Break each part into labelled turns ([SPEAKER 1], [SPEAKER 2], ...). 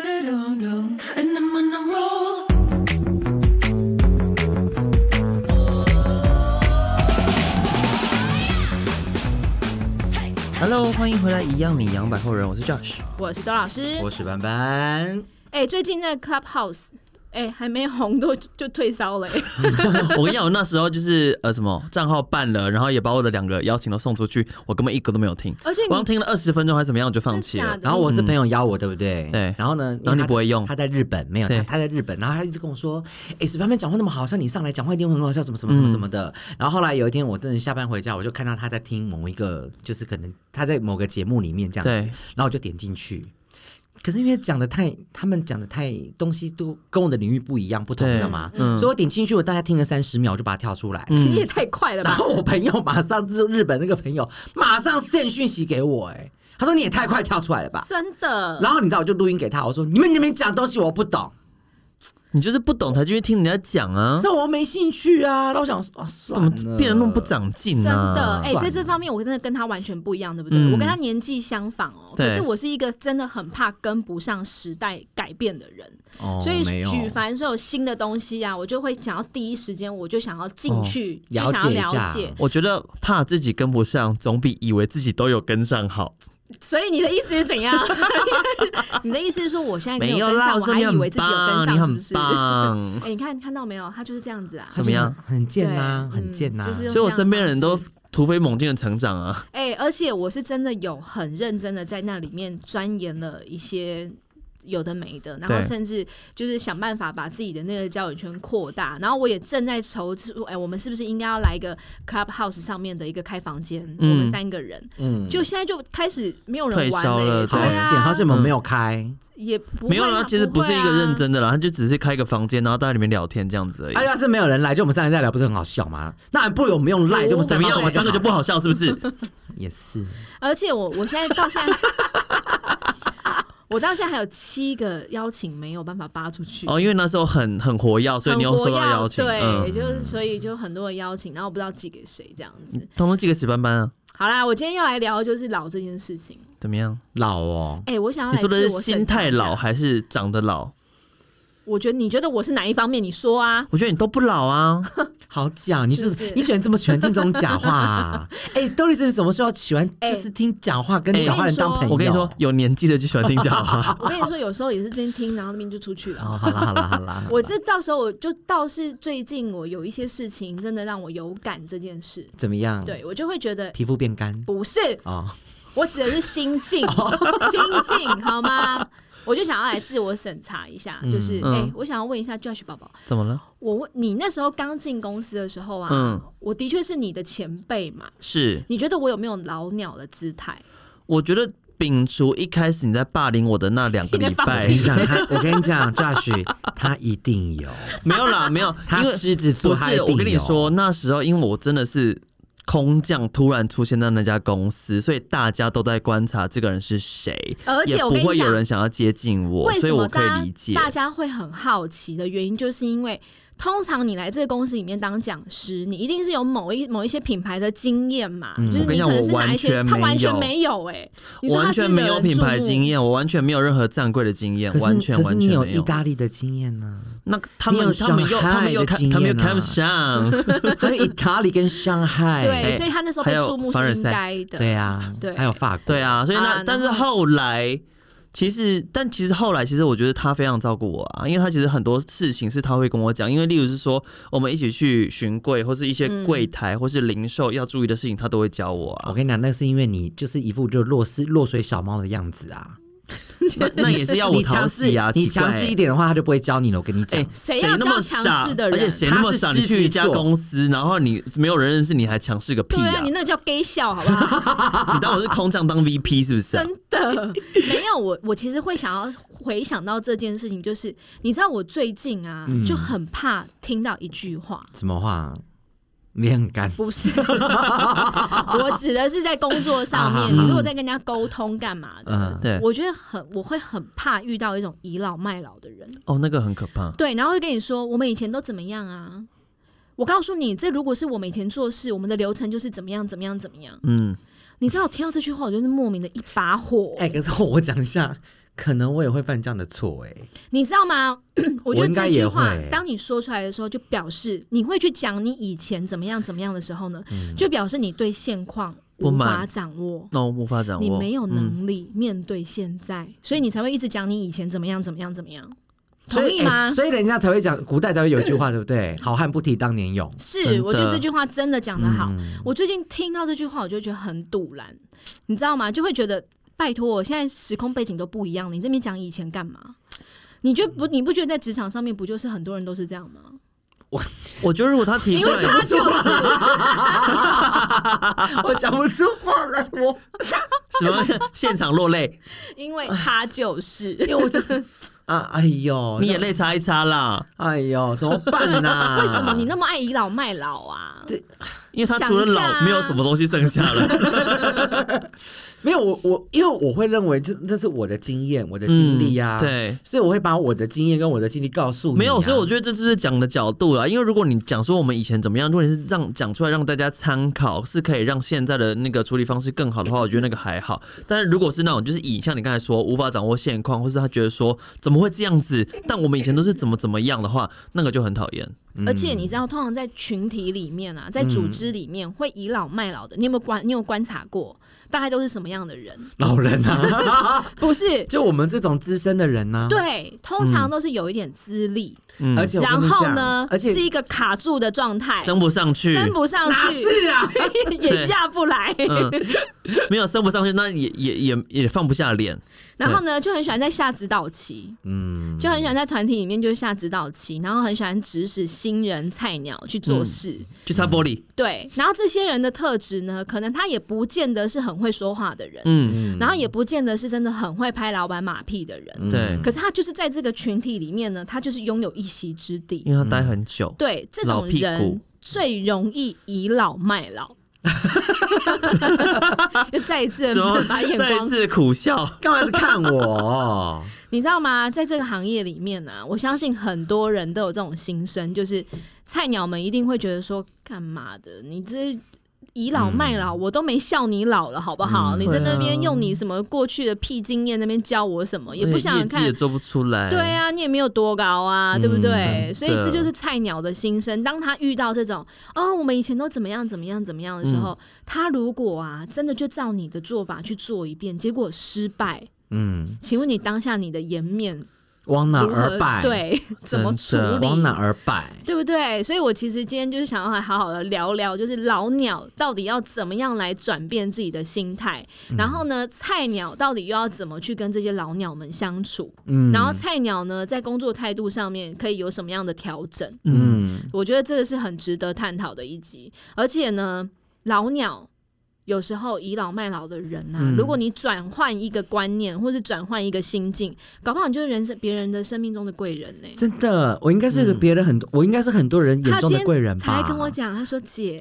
[SPEAKER 1] And I'm on a roll.
[SPEAKER 2] Hello，欢迎回来，一样米阳百货人，我是 Josh。
[SPEAKER 3] 我是周老师。
[SPEAKER 4] 我是班班，
[SPEAKER 3] 哎、最近那个 Clubhouse，哎、还没红都 就就退烧 了、哎
[SPEAKER 2] 我跟你讲，我那时候就是呃什么账号办了，然后也把我的两个邀请都送出去，我根本一个都没有听，
[SPEAKER 3] 而且
[SPEAKER 2] 我光
[SPEAKER 3] 你
[SPEAKER 2] 听了二十分钟还是怎么样，我就放弃
[SPEAKER 3] 真的假
[SPEAKER 2] 了
[SPEAKER 3] 的。
[SPEAKER 4] 然后我是朋友邀我，对不对？
[SPEAKER 2] 嗯对
[SPEAKER 4] 然后呢？
[SPEAKER 2] 然
[SPEAKER 4] 因
[SPEAKER 2] 后你
[SPEAKER 4] 为他
[SPEAKER 2] 不会用
[SPEAKER 4] 他在日本没有，
[SPEAKER 2] 对
[SPEAKER 4] 他他在日本，然后他一直跟我说：“哎，史班班讲话那么好笑，你上来讲话一定会很好笑，怎么什么什么什么的。”
[SPEAKER 2] 嗯
[SPEAKER 4] 然后后来有一天，我真的下班回家，我就看到他在听某一个，就是可能他在某个节目里面这样子
[SPEAKER 2] 对，
[SPEAKER 4] 然后我就点进去。可是因为讲的太，他们讲的太东西都跟我的领域不一样，不同，
[SPEAKER 2] 对
[SPEAKER 4] 你知道吗？
[SPEAKER 2] 嗯
[SPEAKER 4] 所以我点进去，我大概听了三十秒，我就把它跳出来。
[SPEAKER 3] 你也太快了
[SPEAKER 4] 然
[SPEAKER 3] 吧！
[SPEAKER 4] 后我朋友马上，就是日本那个朋友，马上 send 讯息给我、哎，他说你也太快跳出来了吧？
[SPEAKER 3] 真的，
[SPEAKER 4] 然后你知道我就录音给他，我说你们你们讲东西我不懂，
[SPEAKER 2] 你就是不懂才继续听人家讲啊，
[SPEAKER 4] 那我没兴趣啊。然后我想说啊，
[SPEAKER 2] 怎
[SPEAKER 4] 算
[SPEAKER 2] 么
[SPEAKER 4] 了，
[SPEAKER 2] 变得那么不长进
[SPEAKER 3] 真
[SPEAKER 2] 呢、
[SPEAKER 3] 的，哎、
[SPEAKER 4] 算
[SPEAKER 3] 在
[SPEAKER 4] 了
[SPEAKER 3] 这方面我真的跟他完全不一样，对不对？
[SPEAKER 2] 嗯
[SPEAKER 3] 我跟他年纪相仿哦，
[SPEAKER 2] 对
[SPEAKER 3] 可是我是一个真的很怕跟不上时代改变的人，
[SPEAKER 4] 哦
[SPEAKER 3] 所以
[SPEAKER 4] 没有
[SPEAKER 3] 举凡所有新的东西啊，我就会想要第一时间我就想要进去，
[SPEAKER 4] 哦
[SPEAKER 3] 就想
[SPEAKER 4] 了解一
[SPEAKER 3] 要
[SPEAKER 4] 下
[SPEAKER 3] 了解。
[SPEAKER 2] 我觉得怕自己跟不上，总比以为自己都有跟上好。
[SPEAKER 3] 所以你的意思是怎 样？你的意思是说我现在没有
[SPEAKER 2] 有
[SPEAKER 3] 跟
[SPEAKER 2] 啦，
[SPEAKER 3] 上，
[SPEAKER 2] 我
[SPEAKER 3] 我
[SPEAKER 2] 说
[SPEAKER 3] 还
[SPEAKER 2] 你
[SPEAKER 3] 以
[SPEAKER 2] 很
[SPEAKER 3] 为自己有跟
[SPEAKER 2] 棒，你
[SPEAKER 3] 上，是不
[SPEAKER 2] 很
[SPEAKER 3] 是？
[SPEAKER 2] 棒
[SPEAKER 3] 哎、。你看看到没有，他就是这样子啊。
[SPEAKER 4] 他
[SPEAKER 2] 怎么
[SPEAKER 4] 就
[SPEAKER 2] 样
[SPEAKER 4] 很很贱呐、
[SPEAKER 3] 对
[SPEAKER 4] 很贱呐、
[SPEAKER 3] 嗯就是
[SPEAKER 2] 所以我身边的人都突飞猛进的成长啊。
[SPEAKER 3] 哎、而且我是真的有很认真的在那里面钻研了一些。有的没的，然后
[SPEAKER 2] 对
[SPEAKER 3] 甚至就是想办法把自己的那个交友圈扩大，然后我也正在筹出，哎、我们是不是应该要来一个 Clubhouse 上面的一个开房间？
[SPEAKER 2] 嗯
[SPEAKER 3] 我们三个人，
[SPEAKER 4] 嗯，
[SPEAKER 3] 就现在就开始没有人
[SPEAKER 2] 退
[SPEAKER 3] 玩
[SPEAKER 2] 烧
[SPEAKER 3] 了耶
[SPEAKER 2] 了
[SPEAKER 4] 好
[SPEAKER 3] 对
[SPEAKER 2] 对
[SPEAKER 4] 险，好
[SPEAKER 3] 啊，
[SPEAKER 4] 险我们没有开。
[SPEAKER 3] 也不会
[SPEAKER 2] 没有
[SPEAKER 3] 啊
[SPEAKER 2] 啦，其实不是一个
[SPEAKER 3] 会啊
[SPEAKER 2] 认真的啦，他就只是开个房间，然后在里面聊天这样子而已。
[SPEAKER 4] 哎、要是没有人来，就我们三个再聊，不是很好笑吗？那还不如我们用赖，就我们
[SPEAKER 2] 怎
[SPEAKER 4] 三
[SPEAKER 2] 么
[SPEAKER 4] 个
[SPEAKER 2] 样？我们
[SPEAKER 4] 就
[SPEAKER 2] 三个就不好笑，是不是？
[SPEAKER 4] 也是。
[SPEAKER 3] 而且我我现在到现在， 我到现在还有七个邀请没有办法发出去。
[SPEAKER 2] 哦，因为那时候很很活跃，所以你又
[SPEAKER 3] 很活
[SPEAKER 2] 收到
[SPEAKER 3] 跃啊
[SPEAKER 2] 邀请，
[SPEAKER 3] 对，
[SPEAKER 2] 嗯，
[SPEAKER 3] 就是所以就很多的邀请，然后我不知道寄给谁这样子。
[SPEAKER 2] 通通寄给史班班啊，
[SPEAKER 3] 好啦，我今天要来聊的就是老这件事情。
[SPEAKER 2] 怎么样？
[SPEAKER 4] 老哦，
[SPEAKER 3] 哎、我想要
[SPEAKER 2] 你
[SPEAKER 3] 来
[SPEAKER 2] 说的是
[SPEAKER 3] 自我
[SPEAKER 2] 心
[SPEAKER 3] 审查
[SPEAKER 2] 态
[SPEAKER 3] 一下
[SPEAKER 2] 老，还是长得老？
[SPEAKER 3] 我觉得你觉得我是哪一方面？你说啊，
[SPEAKER 2] 我觉得你都不老啊，
[SPEAKER 4] 好假！你
[SPEAKER 3] 是
[SPEAKER 4] 是
[SPEAKER 3] 不是
[SPEAKER 4] 你喜欢这么喜欢听这种假话、啊？ 哎、d o r i s 什么时候喜欢
[SPEAKER 3] 哎
[SPEAKER 4] 就是听假话，跟
[SPEAKER 2] 哎
[SPEAKER 4] 假话人当朋友？
[SPEAKER 2] 我跟你说，有年纪的就啊喜欢听讲话
[SPEAKER 3] 。我跟你说，有时候也是真听，然后那边就出去了。
[SPEAKER 4] 哦，好啦好啦好啦，
[SPEAKER 3] 我这到时候我就倒是最近我有一些事情真的让我有感这件事，
[SPEAKER 4] 怎么样？，
[SPEAKER 3] 对我就会觉得
[SPEAKER 4] 皮肤变干
[SPEAKER 3] 不是
[SPEAKER 4] 哦，
[SPEAKER 3] 我指的是心 境，心境好吗？我就想要来自我审查一下，就是哎、
[SPEAKER 2] 嗯
[SPEAKER 3] 诶我想要问一下 Josh 宝宝，
[SPEAKER 2] 怎么了？
[SPEAKER 3] 我问你那时候刚进公司的时候啊，
[SPEAKER 2] 嗯
[SPEAKER 3] 我的确是你的前辈嘛，
[SPEAKER 2] 是，
[SPEAKER 3] 你觉得我有没有老鸟的姿态？
[SPEAKER 2] 我觉得摒除一开始你在霸凌我的那两个
[SPEAKER 3] 你在
[SPEAKER 2] 礼
[SPEAKER 3] 放
[SPEAKER 4] 我
[SPEAKER 2] 拜
[SPEAKER 4] 跟，你讲，他， 我跟你讲，Josh，他一定有，
[SPEAKER 2] 没有 啦，没有，
[SPEAKER 4] 他
[SPEAKER 2] 因为
[SPEAKER 4] 狮子座，
[SPEAKER 2] 不
[SPEAKER 4] 他一
[SPEAKER 2] 是，
[SPEAKER 4] 定
[SPEAKER 3] 哦
[SPEAKER 2] 我跟你
[SPEAKER 4] 有
[SPEAKER 2] 说，，那时候因为我真的是空降，突然出现在那家公司，所以大家都在观察这个人是谁，
[SPEAKER 3] 而且
[SPEAKER 2] 也
[SPEAKER 3] 我
[SPEAKER 2] 不
[SPEAKER 3] 跟
[SPEAKER 2] 会
[SPEAKER 3] 你
[SPEAKER 2] 有
[SPEAKER 3] 讲
[SPEAKER 2] 人，想要接近我，
[SPEAKER 3] 为
[SPEAKER 2] 所以
[SPEAKER 3] 什
[SPEAKER 2] 我
[SPEAKER 3] 么
[SPEAKER 2] 可
[SPEAKER 3] 大
[SPEAKER 2] 以
[SPEAKER 3] 家
[SPEAKER 2] 理解。
[SPEAKER 3] 大家会很好奇的原因，就是因为。通常你来这个公司里面当讲师，你一定是有某一某一些品牌的经验嘛，就是
[SPEAKER 2] 嗯我跟你
[SPEAKER 3] 你
[SPEAKER 2] 讲
[SPEAKER 3] 可能是
[SPEAKER 2] 我
[SPEAKER 3] 哪一些，
[SPEAKER 2] 完全
[SPEAKER 3] 他
[SPEAKER 2] 没
[SPEAKER 3] 完全
[SPEAKER 2] 有
[SPEAKER 3] 没有哎、欸你
[SPEAKER 2] 我
[SPEAKER 3] 说他
[SPEAKER 2] 完
[SPEAKER 3] 是
[SPEAKER 2] 全没有
[SPEAKER 3] 惹人
[SPEAKER 2] 品
[SPEAKER 3] 注
[SPEAKER 2] 牌
[SPEAKER 3] 目
[SPEAKER 2] 经验，我完全没有任何站柜的经验，完全
[SPEAKER 4] 可是
[SPEAKER 2] 完
[SPEAKER 4] 你
[SPEAKER 2] 全
[SPEAKER 4] 有
[SPEAKER 2] 没
[SPEAKER 4] 意
[SPEAKER 2] 有。
[SPEAKER 4] 大利的经验呢、
[SPEAKER 2] 那他
[SPEAKER 4] 你
[SPEAKER 2] 们
[SPEAKER 4] 有
[SPEAKER 2] 他们又
[SPEAKER 4] 上海
[SPEAKER 2] 他们又
[SPEAKER 4] 的
[SPEAKER 2] 看
[SPEAKER 4] 经
[SPEAKER 2] 他们又
[SPEAKER 4] 验啊
[SPEAKER 2] 看不上，
[SPEAKER 4] 还有意大利跟上海，
[SPEAKER 3] 对，
[SPEAKER 2] 哎
[SPEAKER 3] 所以他那时候被
[SPEAKER 2] 还有
[SPEAKER 3] 注目
[SPEAKER 2] 凡
[SPEAKER 3] 是
[SPEAKER 2] 尔
[SPEAKER 3] 应
[SPEAKER 2] 赛
[SPEAKER 3] 该的。
[SPEAKER 4] 对啊，
[SPEAKER 3] 对
[SPEAKER 4] 还有法国，
[SPEAKER 2] 对，啊，所以那、
[SPEAKER 3] 啊
[SPEAKER 2] 但是
[SPEAKER 3] 然后
[SPEAKER 2] 后来。其实，但其实后来，其实我觉得他非常照顾我啊，因为他其实很多事情是他会跟我讲，因为例如是说，我们一起去巡柜，或是一
[SPEAKER 4] 嗯
[SPEAKER 2] 些柜台，或是零售要注意的事情，他都会教我
[SPEAKER 4] 我
[SPEAKER 2] 啊。
[SPEAKER 4] 跟你讲，那是因为你就是一副就落是落水小猫的样子啊。
[SPEAKER 2] 那那也是要我
[SPEAKER 4] 你
[SPEAKER 2] 讨
[SPEAKER 4] 强势
[SPEAKER 2] 喜啊，
[SPEAKER 4] 你
[SPEAKER 2] 奇怪
[SPEAKER 4] 强势一点的话，他就不会教你了。我跟你讲
[SPEAKER 2] 哎，，
[SPEAKER 3] 谁要
[SPEAKER 2] 那么
[SPEAKER 3] 教强
[SPEAKER 2] 傻
[SPEAKER 3] 势的人
[SPEAKER 2] 而且谁那么傻？
[SPEAKER 4] 他是
[SPEAKER 2] 你
[SPEAKER 4] 狮子
[SPEAKER 2] 去一家
[SPEAKER 4] 座
[SPEAKER 2] 公司，然后你没有人认识你，还强势个屁
[SPEAKER 3] 对
[SPEAKER 2] 啊！
[SPEAKER 3] 啊，你那个叫 gay 笑好不好？
[SPEAKER 2] 你当我是空降当 VP 是不是、啊？
[SPEAKER 3] 真的 没有我，我其实会想要回想到这件事情，就是你知道我最近啊，就很怕听到一句话，
[SPEAKER 4] 什么
[SPEAKER 2] 哎
[SPEAKER 4] 话？你很干，
[SPEAKER 3] 不是， 我指的是在工作上
[SPEAKER 4] 啊
[SPEAKER 3] 面，你如果在跟人家沟通干嘛的
[SPEAKER 4] 嗯，
[SPEAKER 2] 对
[SPEAKER 3] 我觉得很我会很怕遇到一种倚老卖老的人，
[SPEAKER 2] 哦，那个很可怕。
[SPEAKER 3] 对，然后会跟你说我们以前都怎么样啊。我告诉你，这如果是我们以前做事，我们的流程就是怎么样怎么样怎么样。
[SPEAKER 2] 嗯，
[SPEAKER 3] 你知道我听到这句话，我就是莫名的一把火，
[SPEAKER 4] 哎、可是我讲一下，可能我也会犯这样的错哎、
[SPEAKER 3] 你知道 吗？我觉
[SPEAKER 4] 我
[SPEAKER 3] 得
[SPEAKER 4] 应该
[SPEAKER 3] 这句
[SPEAKER 4] 也
[SPEAKER 3] 话
[SPEAKER 4] 会，
[SPEAKER 3] 当你说出来的时候，就表示你会去讲你以前怎么样怎么样的时候呢，
[SPEAKER 4] 嗯
[SPEAKER 3] 就表示你对现况
[SPEAKER 2] 不
[SPEAKER 3] 无
[SPEAKER 2] 满
[SPEAKER 3] 法掌握。
[SPEAKER 2] 那我无法掌握，
[SPEAKER 3] 你没有
[SPEAKER 2] 嗯
[SPEAKER 3] 能力面对现在，
[SPEAKER 4] 哦
[SPEAKER 3] 所以你才会一直讲你以前怎么样怎么样怎么样，
[SPEAKER 4] 所
[SPEAKER 3] 同
[SPEAKER 4] 以、
[SPEAKER 3] 意吗？
[SPEAKER 4] 哎所以人家才会讲，古代才会有一句 话，对不对？好汉不提当年勇。
[SPEAKER 3] 是，
[SPEAKER 2] 真
[SPEAKER 3] 我觉得
[SPEAKER 2] 的
[SPEAKER 3] 这句话真的讲得好。
[SPEAKER 4] 嗯
[SPEAKER 3] 我最近听到这句话，我就觉得很堵然，你知道吗？就会觉得，拜托，我现在时空背景都不一样了，你这边讲以前干嘛？你觉得不？你不觉得在职场上面，不就是很多人都是这样吗？
[SPEAKER 2] 我觉得如果他提
[SPEAKER 3] 因
[SPEAKER 2] 出
[SPEAKER 3] 为
[SPEAKER 2] 来，
[SPEAKER 3] 他就是
[SPEAKER 4] 我讲不出话来，我
[SPEAKER 2] 什么现场落 泪，
[SPEAKER 3] 因为他就是。
[SPEAKER 4] 因为我真的啊，哎呦，
[SPEAKER 2] 你眼泪擦一擦啦，
[SPEAKER 4] 那，哎呦，怎么办啊呐、
[SPEAKER 3] 为什么你那么爱倚老卖老啊？
[SPEAKER 2] 因为他除了
[SPEAKER 3] 想一下
[SPEAKER 2] 老，
[SPEAKER 3] 啊
[SPEAKER 2] 没有什么东西剩下了。
[SPEAKER 4] 没有我我，因为我会认为这那是我的经验，我的经历
[SPEAKER 3] 啊
[SPEAKER 4] 呀、
[SPEAKER 2] 嗯对。
[SPEAKER 4] 所以我会把我的经验跟我的经历告诉你、啊。
[SPEAKER 2] 没有，所以我觉得这就是讲的角度啦。因为如果你讲说我们以前怎么样，如果你是让讲出来让大家参考，是可以让现在的那个处理方式更好的话，我觉得那个还好。但是如果是那种就是以像你刚才说无法掌握现况，或是他觉得说怎么会这样子，但我们以前都是怎么怎么样的话，那个就很讨厌。
[SPEAKER 3] 而且你知道，通常在群体里面啊，在组织里面会倚老卖老的。你有没有观？你有观察过？大概都是什么样的人？
[SPEAKER 4] 老人啊，
[SPEAKER 3] 不是，
[SPEAKER 4] 就我们这种资深的人呢、，
[SPEAKER 3] 对，通常都是有一点资历，
[SPEAKER 2] 嗯
[SPEAKER 4] 而且我跟
[SPEAKER 3] 然
[SPEAKER 4] 你
[SPEAKER 3] 后
[SPEAKER 4] 讲
[SPEAKER 3] 呢，
[SPEAKER 4] 而且
[SPEAKER 3] 是一个卡住的状态，
[SPEAKER 2] 升哎不上去，
[SPEAKER 3] 升不上去，
[SPEAKER 4] 是啊，
[SPEAKER 3] 也下不来。
[SPEAKER 2] 嗯，没有升不上去，那也也也也放不下脸。
[SPEAKER 3] 然后呢，就很喜欢在下指导期，
[SPEAKER 4] 嗯，
[SPEAKER 3] 就很喜欢在团体里面就是下指导期，然后很喜欢指使新人菜鸟去做事。
[SPEAKER 2] 去擦玻璃，
[SPEAKER 3] 对，然后这些人的特质呢，可能他也不见得是很会说话的人，
[SPEAKER 2] 嗯，嗯
[SPEAKER 3] 然后也不见得是真的很会拍老板马屁的人，
[SPEAKER 2] 对，
[SPEAKER 3] 可是他就是在这个群体里面呢，他就是拥有一席之地。
[SPEAKER 2] 因为他待很久，
[SPEAKER 3] 对，这
[SPEAKER 2] 嗯老
[SPEAKER 3] 种
[SPEAKER 2] 屁股
[SPEAKER 3] 人最容易倚老卖 老。又再一次
[SPEAKER 2] 什么
[SPEAKER 3] 把眼
[SPEAKER 2] 再一
[SPEAKER 3] 光，
[SPEAKER 2] 次苦笑，
[SPEAKER 4] 干嘛是看 我？
[SPEAKER 3] 你知道吗？在这个行业里面呢、啊，我相信很多人都有这种心声，就是菜鸟们一定会觉得说，干嘛的？你这倚老卖老，我都没笑你老了，好不好？你在那边用你什么过去的屁经验那边教我什么，也不想
[SPEAKER 2] 业
[SPEAKER 3] 想
[SPEAKER 2] 绩
[SPEAKER 3] 看
[SPEAKER 2] 也做不出来，
[SPEAKER 3] 对，啊，你也没有多高啊，对不对？
[SPEAKER 2] 真的
[SPEAKER 3] 所以这就是菜鸟的心声。当他遇到这种哦，我们以前都怎么样怎么样怎么样的时候，他如果啊真的就照你的做法去做一遍，结果失败，
[SPEAKER 4] 嗯，
[SPEAKER 3] 请问你当下你的颜面
[SPEAKER 4] 往哪
[SPEAKER 3] 如
[SPEAKER 4] 儿
[SPEAKER 3] 何？
[SPEAKER 4] 摆？，
[SPEAKER 3] 对，怎么处
[SPEAKER 2] 真的
[SPEAKER 3] 理
[SPEAKER 4] 往？哪儿摆？
[SPEAKER 3] 对不对？所以我其实今天就是想要来好好的聊聊，就是老鸟到底要怎么样来转变自己的心态，
[SPEAKER 4] 嗯
[SPEAKER 3] 然后呢，菜鸟到底又要怎么去跟这些老鸟们相处？
[SPEAKER 4] 嗯
[SPEAKER 3] 然后菜鸟呢，在工作态度上面可以有什么样的调整？
[SPEAKER 4] 嗯，
[SPEAKER 3] 我觉得这个是很值得探讨的一集。而且呢，老鸟有时候倚老卖老的人
[SPEAKER 4] 嗯
[SPEAKER 3] 啊，如果你转换一个观念，或是转换一个心境，搞不好你就是人生别人的生命中的贵人呢、
[SPEAKER 4] 真的，我应该是别人很多，我应该是很多人眼
[SPEAKER 3] 他
[SPEAKER 4] 中的
[SPEAKER 3] 今天
[SPEAKER 4] 贵人吧？
[SPEAKER 3] 才跟我嗯讲，他说 姐，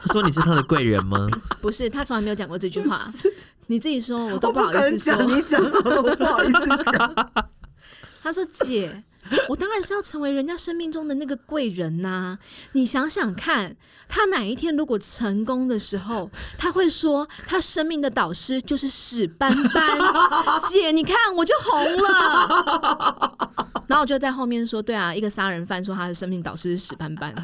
[SPEAKER 2] 他说你是他的贵 人吗？
[SPEAKER 3] 不是他从来没有讲过这句 话，你自己说，我啊都
[SPEAKER 4] 我
[SPEAKER 3] 不好意
[SPEAKER 4] 敢
[SPEAKER 3] 思说。
[SPEAKER 4] 讲，你讲，我不好意思讲。
[SPEAKER 3] 他说：“姐，我当然是要成为人家生命中的那个贵人呐、你想想看，他哪一天如果成功的时候，他会说他生命的导师就是史斑 斑。姐，你看我就红了。” 然后我就在后面说：“对啊，一个杀人犯说他的生命导师是史斑斑，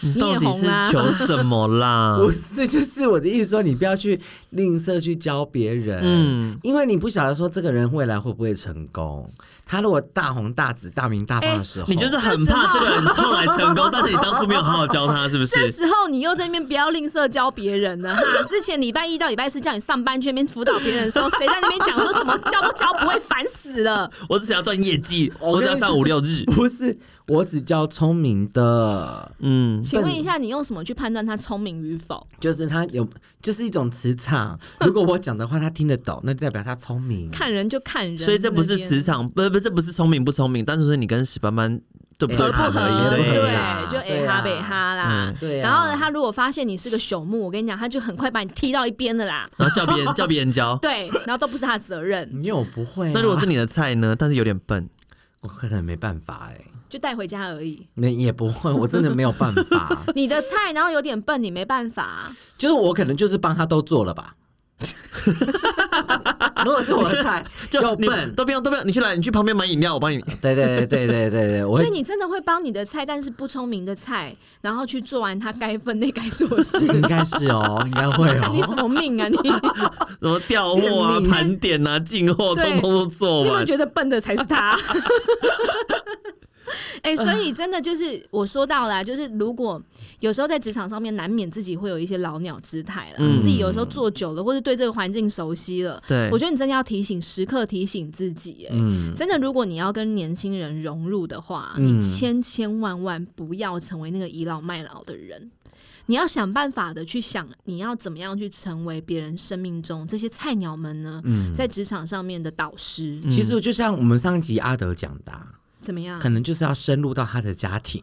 [SPEAKER 3] 你
[SPEAKER 2] 到
[SPEAKER 3] 也
[SPEAKER 2] 底
[SPEAKER 3] 红啊
[SPEAKER 2] 是
[SPEAKER 3] 啦、
[SPEAKER 2] 求什么 啦？
[SPEAKER 4] 不是，就是我的意思说，你不要去吝啬去教别人，
[SPEAKER 2] 嗯
[SPEAKER 4] 嗯，因为你不晓得说这个人未来会不会成功。他如果大红大紫、大名大放的时
[SPEAKER 3] 哎
[SPEAKER 4] 候，
[SPEAKER 2] 你就是很怕这个人后来成功，但是你当初没有好好教他，是不
[SPEAKER 3] 这
[SPEAKER 2] 是？
[SPEAKER 3] 时候你又在那边不要吝啬教别人了哈！之前礼拜一到礼拜四叫你上班去那边辅导别人的时候，谁在那边讲说什么教都教不会，烦死了！
[SPEAKER 2] 我只想要赚 业绩，
[SPEAKER 4] 我
[SPEAKER 2] 我
[SPEAKER 4] 跟
[SPEAKER 2] 只
[SPEAKER 4] 你。
[SPEAKER 2] 要上五六日
[SPEAKER 4] 不是，我只教聪明的，
[SPEAKER 2] 嗯，
[SPEAKER 3] 请问一下，你用什么去判断他聪明与否？
[SPEAKER 4] 就是他有，就是一种磁场。如果我讲的话，他听得懂，那就代表他聪明。
[SPEAKER 3] 看人就看人，
[SPEAKER 2] 所以这不是
[SPEAKER 3] 在那边
[SPEAKER 2] 磁场，不不，这不是聪明不聪明，单纯是你跟史班班对不对
[SPEAKER 3] 合不
[SPEAKER 2] 盘
[SPEAKER 3] 合
[SPEAKER 2] 而已。
[SPEAKER 4] 对
[SPEAKER 2] 对
[SPEAKER 4] 啊
[SPEAKER 3] 对，就
[SPEAKER 4] 对
[SPEAKER 3] 哎
[SPEAKER 4] 啊
[SPEAKER 3] 哈北哈啦
[SPEAKER 2] 嗯。
[SPEAKER 4] 对啊
[SPEAKER 3] 然后呢，他如果发现你是个朽木，我跟你讲，他就很快把你踢到一边了啦。
[SPEAKER 2] 然后叫 别人叫别人教。
[SPEAKER 3] 对，然后都不是他的责任。
[SPEAKER 4] 你有不会啊、
[SPEAKER 2] 那如果是你的菜呢？但是有点笨，
[SPEAKER 4] 我可能没办法哎、
[SPEAKER 3] 就带回家而已。
[SPEAKER 4] 那也不会，我真的没有办 法。
[SPEAKER 3] 你的菜，然后有点笨，你没办法。啊
[SPEAKER 4] 就是我可能就是帮他都做了吧。 如果是我的 菜，又
[SPEAKER 2] 你
[SPEAKER 4] 笨，
[SPEAKER 2] 都不用都不用，你去来，你去旁边买饮料，我帮你。
[SPEAKER 4] 对对对对对对对，我
[SPEAKER 3] 所
[SPEAKER 4] 会
[SPEAKER 3] 以你真的会帮你的菜，但是不聪明的菜，然后去做完他该分内该做的事。
[SPEAKER 4] 应该是哦，应该会
[SPEAKER 3] 看你什
[SPEAKER 4] 哦。
[SPEAKER 3] 么命啊你！你
[SPEAKER 2] 什么调货啊
[SPEAKER 4] 建、立
[SPEAKER 2] 盘点啊、进货，
[SPEAKER 3] 对
[SPEAKER 2] 通通都做
[SPEAKER 3] 有没有
[SPEAKER 2] 完。
[SPEAKER 3] 觉得笨的才是他？哎、所以真的就是我说到啦，就是如果有时候在职场上面，难免自己会有一些老鸟姿态啦，
[SPEAKER 2] 嗯
[SPEAKER 3] 自己有时候做久了，或者对这个环境熟悉了，
[SPEAKER 2] 对
[SPEAKER 3] 我觉得你真的要提醒，时刻提醒自己、哎、
[SPEAKER 4] 嗯，
[SPEAKER 3] 真的，如果你要跟年轻人融入的话，
[SPEAKER 4] 嗯
[SPEAKER 3] 你千千万万不要成为那个倚老卖老的人。你要想办法的去想，你要怎么样去成为别人生命中这些菜鸟们呢？在职场上面的导师、
[SPEAKER 2] 嗯
[SPEAKER 4] 其实就像我们上一集阿德讲的啊、
[SPEAKER 3] 怎么样？
[SPEAKER 4] 嗯可能就是要深入到他的家庭，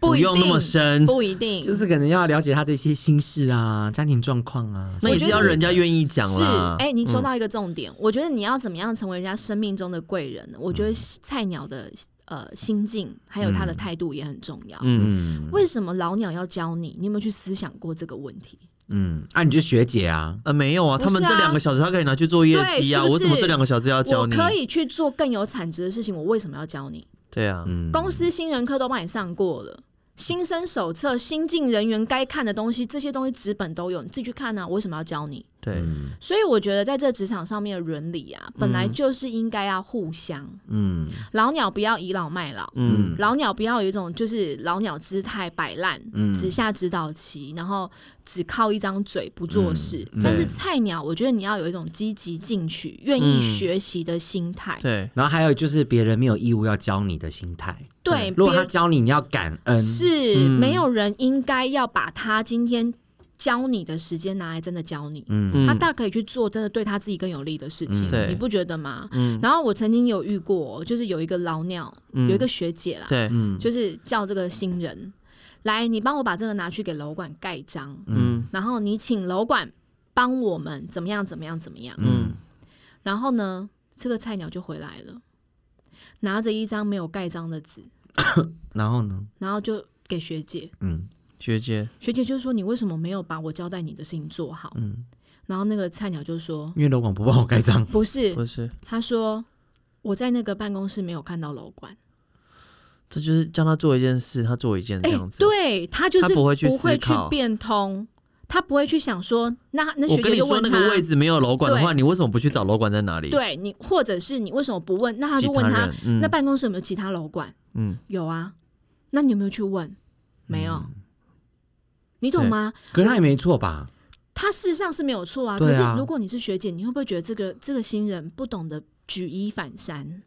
[SPEAKER 3] 不一定
[SPEAKER 2] 用那么深，
[SPEAKER 3] 不一定。
[SPEAKER 4] 就是可能要了解他的一些心事啊、家庭状况啊。
[SPEAKER 2] 那也是要人家愿意讲
[SPEAKER 3] 是
[SPEAKER 2] 啦。，嗯
[SPEAKER 3] 哎、你说到一个重点，我觉得你要怎么样成为人家生命中的贵人呢？我觉得菜鸟的呃心境还有他的态度也很重要。
[SPEAKER 2] 嗯，
[SPEAKER 4] 嗯
[SPEAKER 3] 为什么老鸟要教你？你有没有去思想过这个问题？
[SPEAKER 4] 嗯，啊，你就学姐啊，
[SPEAKER 2] 呃，没有啊，
[SPEAKER 3] 不
[SPEAKER 2] 他
[SPEAKER 3] 是
[SPEAKER 2] 们这
[SPEAKER 3] 啊
[SPEAKER 2] 两个小时他可以拿去做业
[SPEAKER 3] 对
[SPEAKER 2] 绩啊，
[SPEAKER 3] 是不
[SPEAKER 2] 我怎么
[SPEAKER 3] 是
[SPEAKER 2] 这两个小时要教
[SPEAKER 3] 我
[SPEAKER 2] 你？
[SPEAKER 3] 可以去做更有产值的事情，我为什么要教你？
[SPEAKER 2] 对啊，
[SPEAKER 4] 嗯，
[SPEAKER 3] 公司新人课都帮你上过了，新生手册、新进人员该看的东西，这些东西纸本都有，你自己去看啊。我为什么要教你？
[SPEAKER 2] 对，
[SPEAKER 4] 嗯
[SPEAKER 3] 所以我觉得在这职场上面的伦理啊，本来就是应该要互相，
[SPEAKER 4] 嗯
[SPEAKER 3] 老鸟不要倚老卖老。
[SPEAKER 2] 嗯，
[SPEAKER 3] 老鸟不要有一种就是老鸟姿态摆烂，只下指导棋，然后只靠一张嘴不做事。
[SPEAKER 4] 嗯
[SPEAKER 3] 但是
[SPEAKER 2] 对
[SPEAKER 3] 菜鸟，我觉得你要有一种积极进取、愿意
[SPEAKER 2] 嗯
[SPEAKER 3] 学习的心态。
[SPEAKER 2] 对，
[SPEAKER 4] 然后还有就是别人没有义务要教你的心态，
[SPEAKER 3] 对，
[SPEAKER 4] 如果
[SPEAKER 3] 别
[SPEAKER 4] 他教你，你要感恩，
[SPEAKER 2] 嗯
[SPEAKER 3] 是、没有人应该要把他今天教你的时间拿来真的教你。
[SPEAKER 4] 嗯
[SPEAKER 3] 他
[SPEAKER 2] 嗯，
[SPEAKER 3] 大可以去做真的对他自己更有利的事情，
[SPEAKER 4] 嗯
[SPEAKER 2] 对
[SPEAKER 3] 你不觉得吗？
[SPEAKER 2] 嗯
[SPEAKER 3] 然后我曾经有遇过，就是有一个老鸟，
[SPEAKER 2] 嗯
[SPEAKER 3] 有一个学姐啦，
[SPEAKER 2] 对，
[SPEAKER 4] 嗯
[SPEAKER 3] 就是叫这个新人来，你帮我把这个拿去给楼管盖章，
[SPEAKER 2] 嗯
[SPEAKER 3] 然后你请楼管帮我们怎么样怎么样怎么样。
[SPEAKER 2] 嗯，
[SPEAKER 3] 然后呢，这个菜鸟就回来了，拿着一张没有盖章的纸，
[SPEAKER 4] 然后呢，
[SPEAKER 3] 然后就给学姐，
[SPEAKER 4] 嗯
[SPEAKER 2] 学姐，
[SPEAKER 3] 学姐就说：“你为什么没有把我交代你的事情做好？”
[SPEAKER 4] 嗯，
[SPEAKER 3] 然后那个菜鸟就说
[SPEAKER 4] 因为楼管不帮我盖章：“，
[SPEAKER 3] 不是，
[SPEAKER 2] 不是，
[SPEAKER 3] 他说我在那个办公室没有看到楼管。
[SPEAKER 2] 这就是叫他做一件事，他做一件这
[SPEAKER 3] 哎
[SPEAKER 2] 样，子。
[SPEAKER 3] 对他就是
[SPEAKER 2] 他不会去
[SPEAKER 3] 不会
[SPEAKER 2] 思
[SPEAKER 3] 去
[SPEAKER 2] 考
[SPEAKER 3] 变通，他不会去想说那那
[SPEAKER 2] 我
[SPEAKER 3] 学姐
[SPEAKER 2] 跟你
[SPEAKER 3] 就
[SPEAKER 2] 说
[SPEAKER 3] 问
[SPEAKER 2] 那
[SPEAKER 3] 他，
[SPEAKER 2] 个位置没有楼管的话，
[SPEAKER 3] 对
[SPEAKER 2] 你为什么不去找楼管在哪里？，
[SPEAKER 3] 对你或者是你为什么不问？那他
[SPEAKER 2] 其
[SPEAKER 3] 就问
[SPEAKER 2] 他
[SPEAKER 3] 他
[SPEAKER 2] 人，，嗯
[SPEAKER 3] 那办公室有没有其他楼管？
[SPEAKER 2] 嗯，
[SPEAKER 3] 有啊，那你有没有去问？没有，你懂
[SPEAKER 2] 对
[SPEAKER 3] 吗？
[SPEAKER 4] 可是他也没错吧？
[SPEAKER 3] 嗯他事实上是没有错啊。
[SPEAKER 4] 对
[SPEAKER 3] 可是
[SPEAKER 4] 啊
[SPEAKER 3] 如果你是学姐，你会不会觉得这个这个新人不懂得举一反三？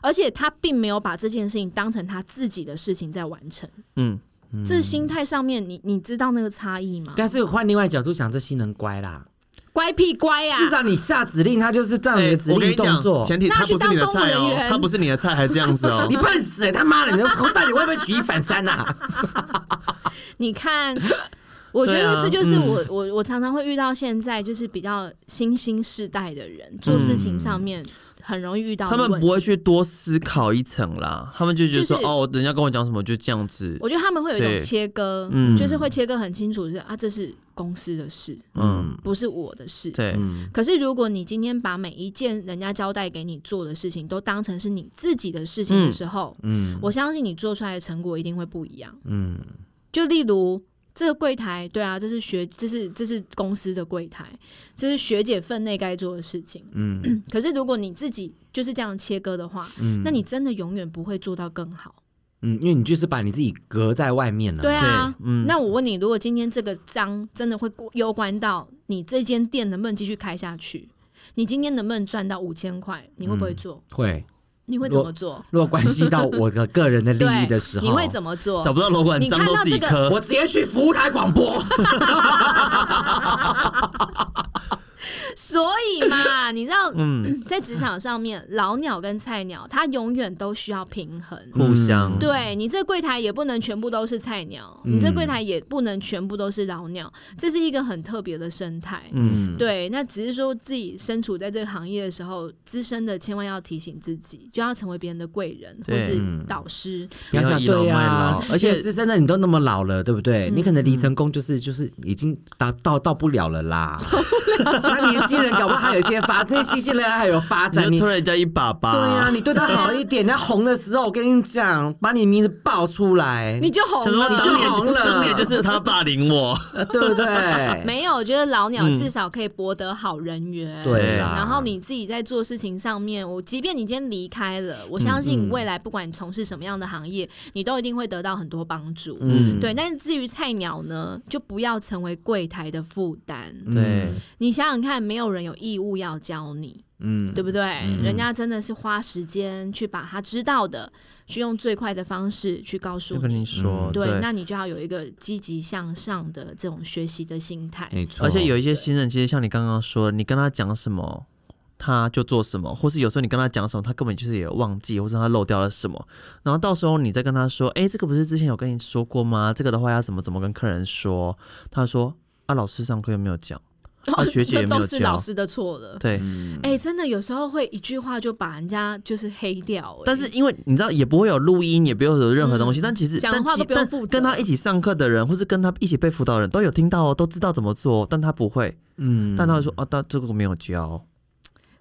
[SPEAKER 3] 而且他并没有把这件事情当成他自己的事情在完成，
[SPEAKER 2] 嗯，
[SPEAKER 3] 这心态上面你，你知道那个差异吗？
[SPEAKER 4] 但是换另外角度想，这新人乖啦，
[SPEAKER 3] 乖屁乖啊呀、
[SPEAKER 4] 至少你下指令，他就是照你
[SPEAKER 2] 哎
[SPEAKER 4] 的指
[SPEAKER 3] 啊
[SPEAKER 2] 我跟
[SPEAKER 4] 令
[SPEAKER 2] 你
[SPEAKER 4] 动
[SPEAKER 2] 讲，
[SPEAKER 4] 作。
[SPEAKER 2] 前提
[SPEAKER 3] 那
[SPEAKER 2] 他
[SPEAKER 3] 去
[SPEAKER 2] 不是你的
[SPEAKER 3] 当动物
[SPEAKER 2] 菜
[SPEAKER 3] 人
[SPEAKER 2] 哦，
[SPEAKER 3] 员
[SPEAKER 2] 他不是你的菜还这样 子哦
[SPEAKER 4] 你，笨死、欸！他妈的，你这到底会不会举一反三呐、啊？
[SPEAKER 3] 你 看，我觉
[SPEAKER 2] 对啊
[SPEAKER 3] 得这就是我、我我常常会遇到现在就是比较新兴世代的人做事情上面很容易遇到
[SPEAKER 2] 嗯他
[SPEAKER 3] 的问题。
[SPEAKER 2] 们不会去多思考一层啦，他们就觉得说
[SPEAKER 3] 就是
[SPEAKER 2] 哦，人家跟我讲什么就这样子，
[SPEAKER 3] 我觉得他们会有一种
[SPEAKER 2] 对
[SPEAKER 3] 切割，
[SPEAKER 2] 嗯
[SPEAKER 3] 就是会切割很清楚是，啊，这是公司的事，
[SPEAKER 2] 嗯，
[SPEAKER 3] 不是我的事。
[SPEAKER 2] 对，
[SPEAKER 4] 嗯
[SPEAKER 3] 可是如果你今天把每一件人家交代给你做的事情都当成是你自己的事情的时候，
[SPEAKER 4] 嗯
[SPEAKER 3] 我相信你做出来的成果一定会不一样。
[SPEAKER 4] 嗯，
[SPEAKER 3] 就例如这个柜台，对啊，这是学，这是这是公司的柜台，这是学姐分内该做的事情。嗯， 可是如果你自己就是这样切割的话，那你真的永远不会做到更好。
[SPEAKER 4] 嗯，因为你就是把你自己隔在外面了。
[SPEAKER 3] 对啊
[SPEAKER 2] 对，嗯
[SPEAKER 3] 那我问你，如果今天这个章真的会过攸关到你这间店能不能继续开下去，你今天能不能赚到五千块，你会不会做？
[SPEAKER 4] 会，
[SPEAKER 3] 你会怎么做？
[SPEAKER 4] 嗯如果关系到我的个人的利
[SPEAKER 3] 对
[SPEAKER 4] 益的时候，
[SPEAKER 3] 你会怎么做？
[SPEAKER 2] 找不到楼管
[SPEAKER 3] 你
[SPEAKER 2] 章
[SPEAKER 3] 看
[SPEAKER 2] 都
[SPEAKER 3] 到
[SPEAKER 2] 自己
[SPEAKER 3] 这个
[SPEAKER 2] 磕，
[SPEAKER 4] 我直接去服务台广播。
[SPEAKER 3] 所以 嘛，你知道，
[SPEAKER 4] 嗯
[SPEAKER 3] 在职场上面，老鸟跟菜鸟，他永远都需要平衡。
[SPEAKER 4] 嗯
[SPEAKER 2] 互相，
[SPEAKER 3] 对你这柜台也不能全部都是菜鸟，
[SPEAKER 4] 嗯
[SPEAKER 3] 你这柜台也不能全部都是老鸟，这是一个很特别的生态。
[SPEAKER 2] 嗯，
[SPEAKER 3] 对，那只是说自己身处在这个行业的时候，资深的千万要提醒自己，就要成为别人的贵人或
[SPEAKER 2] 对
[SPEAKER 3] 是
[SPEAKER 4] 嗯
[SPEAKER 3] 导师。
[SPEAKER 4] 不要
[SPEAKER 2] 不要
[SPEAKER 4] 想
[SPEAKER 2] 倚老
[SPEAKER 4] 对呀、啊
[SPEAKER 2] 卖老而且
[SPEAKER 4] 因为资深的你都那么老了，对不对？
[SPEAKER 3] 嗯
[SPEAKER 4] 你可能离成功就是就是已经达到到不了了啦。 那年轻人搞不好还有一些发，那新鲜人还有发
[SPEAKER 2] 你
[SPEAKER 4] 展，
[SPEAKER 2] 就
[SPEAKER 4] 你
[SPEAKER 2] 推人家一把吧，
[SPEAKER 4] 对呀、你对他好一 点，他红的时候，我跟你讲，把你名字爆出来，
[SPEAKER 3] 你就红
[SPEAKER 2] 想说
[SPEAKER 3] 了，
[SPEAKER 2] 当年
[SPEAKER 4] 你就红了
[SPEAKER 2] 当年就是他霸凌我，
[SPEAKER 4] 呃对不对？
[SPEAKER 3] 没有，我觉得老鸟至少可以博得好人缘。
[SPEAKER 4] 嗯对啊啦
[SPEAKER 3] 然后你自己在做事情上面，我即便你今天离开了，
[SPEAKER 4] 嗯
[SPEAKER 3] 我相信未来不管你从事什么样的行业，你都一定会得到很多帮助。
[SPEAKER 4] 嗯
[SPEAKER 3] 对，但是至于菜鸟呢，就不要成为柜台的负担。
[SPEAKER 4] 嗯
[SPEAKER 2] 对，
[SPEAKER 3] 你想想看，没有人有义务要教你，
[SPEAKER 4] 嗯，
[SPEAKER 3] 对不对？人家真的是花时间去把他知道的，去用最快的方式去告诉
[SPEAKER 2] 就跟你
[SPEAKER 3] 你。
[SPEAKER 4] 嗯
[SPEAKER 2] 说，
[SPEAKER 3] 对，那你就要有一个积极向上的这种学习的心态。
[SPEAKER 4] 没错。
[SPEAKER 2] 而且有一些新人，其实像你刚刚说，你跟他讲什么，他就做什么，或是有时候你跟他讲什么，他根本就是也忘记，或是他漏掉了什么。然后到时候你再跟他说，哎、这个不是之前有跟你说过吗？这个的话要怎么怎么跟客人说？他说啊，老师上课又没有讲，啊学姐也
[SPEAKER 3] 这
[SPEAKER 2] 没有
[SPEAKER 3] 都是老
[SPEAKER 2] 教，
[SPEAKER 3] 师的错了。
[SPEAKER 2] 对。
[SPEAKER 3] 哎、真的有时候会一句话就把人家就是黑掉、哎
[SPEAKER 2] 但是因为你知道，也不会有录音，也不会有任何东西。但其实，
[SPEAKER 3] 讲
[SPEAKER 2] 但
[SPEAKER 3] 话
[SPEAKER 2] 其
[SPEAKER 3] 都不用
[SPEAKER 2] 但
[SPEAKER 3] 负责
[SPEAKER 2] 跟他一起上课的人，或是跟他一起被辅导的人，都有听到哦，都知道怎么做，但他不会。
[SPEAKER 4] 嗯，
[SPEAKER 2] 但他会说啊，但这个没有教。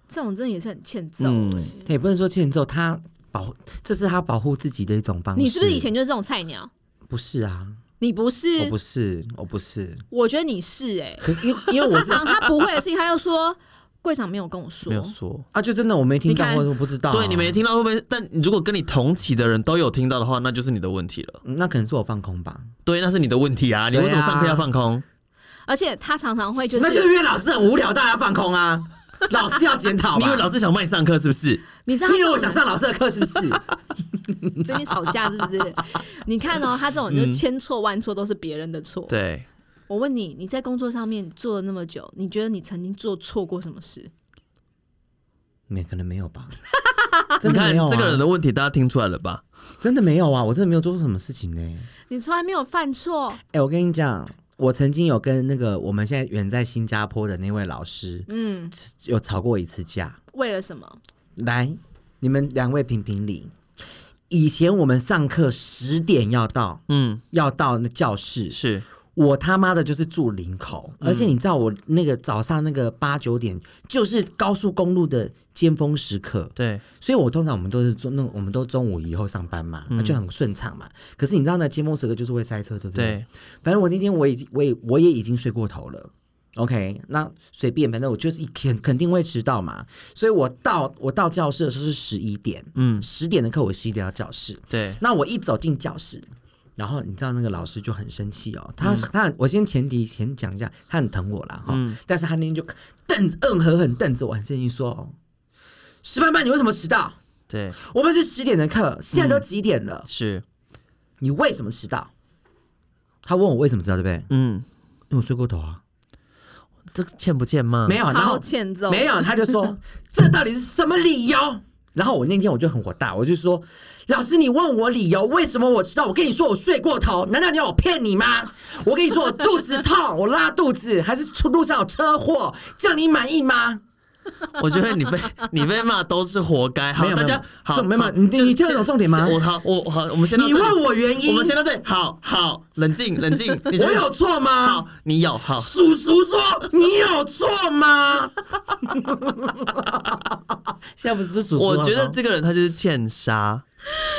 [SPEAKER 3] 这种真的也是很欠揍、
[SPEAKER 2] 嗯
[SPEAKER 3] 哎
[SPEAKER 4] 也不能说欠揍，他保这是他保护自己的一种方式。
[SPEAKER 3] 你是不是以前就是这种菜鸟？
[SPEAKER 4] 不是啊？
[SPEAKER 3] 你不是，
[SPEAKER 4] 我不是，我不 是，
[SPEAKER 3] 我觉得你是哎、
[SPEAKER 4] 可因为因为我
[SPEAKER 3] 他
[SPEAKER 4] 是
[SPEAKER 3] 常他不会的事情，他又说柜长没有跟我说
[SPEAKER 2] 没。有说。
[SPEAKER 4] 啊，就真的我没听
[SPEAKER 3] 你
[SPEAKER 4] 到，
[SPEAKER 3] 看
[SPEAKER 4] 我我不知道、啊
[SPEAKER 2] 对你没。听到会不会？但如果跟你同期的人都有听到的话，那就是你的问题了。
[SPEAKER 4] 那可能是我放空吧，
[SPEAKER 2] 对，那是你的问题啊！你为什么上课要放空？
[SPEAKER 3] 而且他常常会就
[SPEAKER 4] 那
[SPEAKER 3] 是，
[SPEAKER 4] 就是因为老师很无聊，大家放空啊。老师要检讨吧，
[SPEAKER 2] 你以为老师想帮你上课是不是？
[SPEAKER 3] 你知道
[SPEAKER 4] 你
[SPEAKER 3] 他
[SPEAKER 4] 以为我想上老师的课是不 是？
[SPEAKER 3] 你最近吵架是不是？你看哦，他这种就千错万错都是别人的错。
[SPEAKER 2] 嗯对，
[SPEAKER 3] 我问你，你在工作上面做了那么久，你觉得你曾经做错过什么事？
[SPEAKER 4] 没，可能没有吧。
[SPEAKER 2] 你
[SPEAKER 4] 真的
[SPEAKER 2] 看
[SPEAKER 4] 没有、啊，
[SPEAKER 2] 这个人的问题，大家听出来了吧？
[SPEAKER 4] 真的没有啊，我真的没有做错什么事情呢、
[SPEAKER 3] 你从来没有犯错，
[SPEAKER 4] 哎、我跟你讲，我曾经有跟那个我们现在远在新加坡的那位老师
[SPEAKER 3] 嗯，
[SPEAKER 4] 有吵过一次架。
[SPEAKER 3] 为了什么？
[SPEAKER 4] 来，你们两位评评理。以前我们上课十点要到，
[SPEAKER 2] 嗯，
[SPEAKER 4] 要到那教室，
[SPEAKER 2] 是
[SPEAKER 4] 我他妈的就是住林口，而且你知道我那个早上那个八九点就是高速公路的尖峰时刻，
[SPEAKER 2] 对，
[SPEAKER 4] 所以我通常我们都是中那种我们都中午以后上班嘛，那就很顺畅嘛。可是你知道呢，尖峰时刻就是会塞车，对不
[SPEAKER 2] 对，
[SPEAKER 4] 反正我那天我已经我也我也已经睡过头了。OK，那随便，反正我就是一肯肯定会迟到嘛，所以我到我到教室的时候是十一点，嗯，十点的课我十一点到教室，
[SPEAKER 2] 对，
[SPEAKER 4] 那我一走进教室，然后你知道那个老师就很生气哦，他、他我先前提先讲一下，他很疼我啦哈，但是他那天就瞪嗯狠狠瞪着我，很生气说哦：“石斑斑，你为什么迟到？
[SPEAKER 2] 对，
[SPEAKER 4] 我们是十点的课，现在都几点了？
[SPEAKER 2] 是，
[SPEAKER 4] 你为什么迟到？”他问我为什么迟到，对不对？
[SPEAKER 2] 嗯，
[SPEAKER 4] 因为我睡过头啊，
[SPEAKER 2] 这个欠不欠骂？
[SPEAKER 4] 没有，然
[SPEAKER 3] 超
[SPEAKER 4] 后
[SPEAKER 3] 欠揍，
[SPEAKER 4] 没有，他就 说这到底是什么理由？然后我那天我就很火大，我就说老师，你问我理由，为什么我知道？我跟你说我睡过头，难道你要我骗你吗？我跟你说我肚子痛，我拉肚子，还是出路上有车祸，这样你满意吗？
[SPEAKER 2] 我觉得你被 你被骂都是活该。好
[SPEAKER 4] 没，有
[SPEAKER 2] 大
[SPEAKER 4] 没
[SPEAKER 2] 家
[SPEAKER 4] 有
[SPEAKER 2] 好，
[SPEAKER 4] 重没有
[SPEAKER 2] 好
[SPEAKER 4] 你你
[SPEAKER 2] 就
[SPEAKER 4] 你听得懂重点吗
[SPEAKER 2] 是我好，我好，我们先 到
[SPEAKER 4] 你
[SPEAKER 2] 这里
[SPEAKER 4] 问我原因
[SPEAKER 2] 我，们先到这里。好好，冷静，冷静。你觉
[SPEAKER 4] 我
[SPEAKER 2] 得
[SPEAKER 4] 有错吗
[SPEAKER 2] 好？，你有好。
[SPEAKER 4] 叔叔说你有错吗？ 现在不是叔
[SPEAKER 2] 我觉得
[SPEAKER 4] 啊好吗
[SPEAKER 2] 这个人他就是欠杀。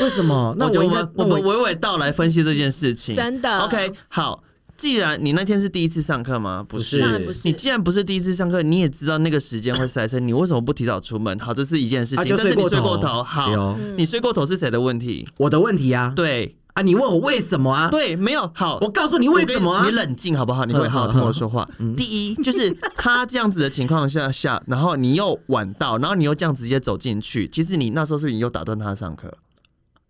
[SPEAKER 4] 为什么？那
[SPEAKER 2] 我觉
[SPEAKER 4] 我
[SPEAKER 2] 得
[SPEAKER 4] 应
[SPEAKER 2] 我
[SPEAKER 4] 该
[SPEAKER 2] 们
[SPEAKER 4] 那
[SPEAKER 2] 我
[SPEAKER 4] 我
[SPEAKER 2] 们娓娓道来分析这件事情。
[SPEAKER 3] 真的
[SPEAKER 2] OK，好。既然你那天是第一次上课吗？不
[SPEAKER 4] 是
[SPEAKER 3] 当然不
[SPEAKER 2] 你
[SPEAKER 3] 是。
[SPEAKER 2] 既然不是第一次上课，你也知道那个时间会塞车，你为什么不提早出门？好，这是一件事情。
[SPEAKER 4] 啊就
[SPEAKER 2] 但是你睡
[SPEAKER 4] 睡
[SPEAKER 2] 过
[SPEAKER 4] 过头哎
[SPEAKER 2] 头，好，
[SPEAKER 4] 有
[SPEAKER 2] 你睡过头是谁的问题？
[SPEAKER 4] 我的问题啊，
[SPEAKER 2] 对
[SPEAKER 4] 啊，你问我为什么啊？
[SPEAKER 2] 对，没有好，
[SPEAKER 4] 我告诉你为什么
[SPEAKER 2] 我
[SPEAKER 4] 啊嗯
[SPEAKER 2] 跟你？冷静好不好？你会好好听我说话。第一，就是他这样子的情况下下，然后你又晚到，然后你又这样直接走进去，其实你那时候是不是你又打断他上课？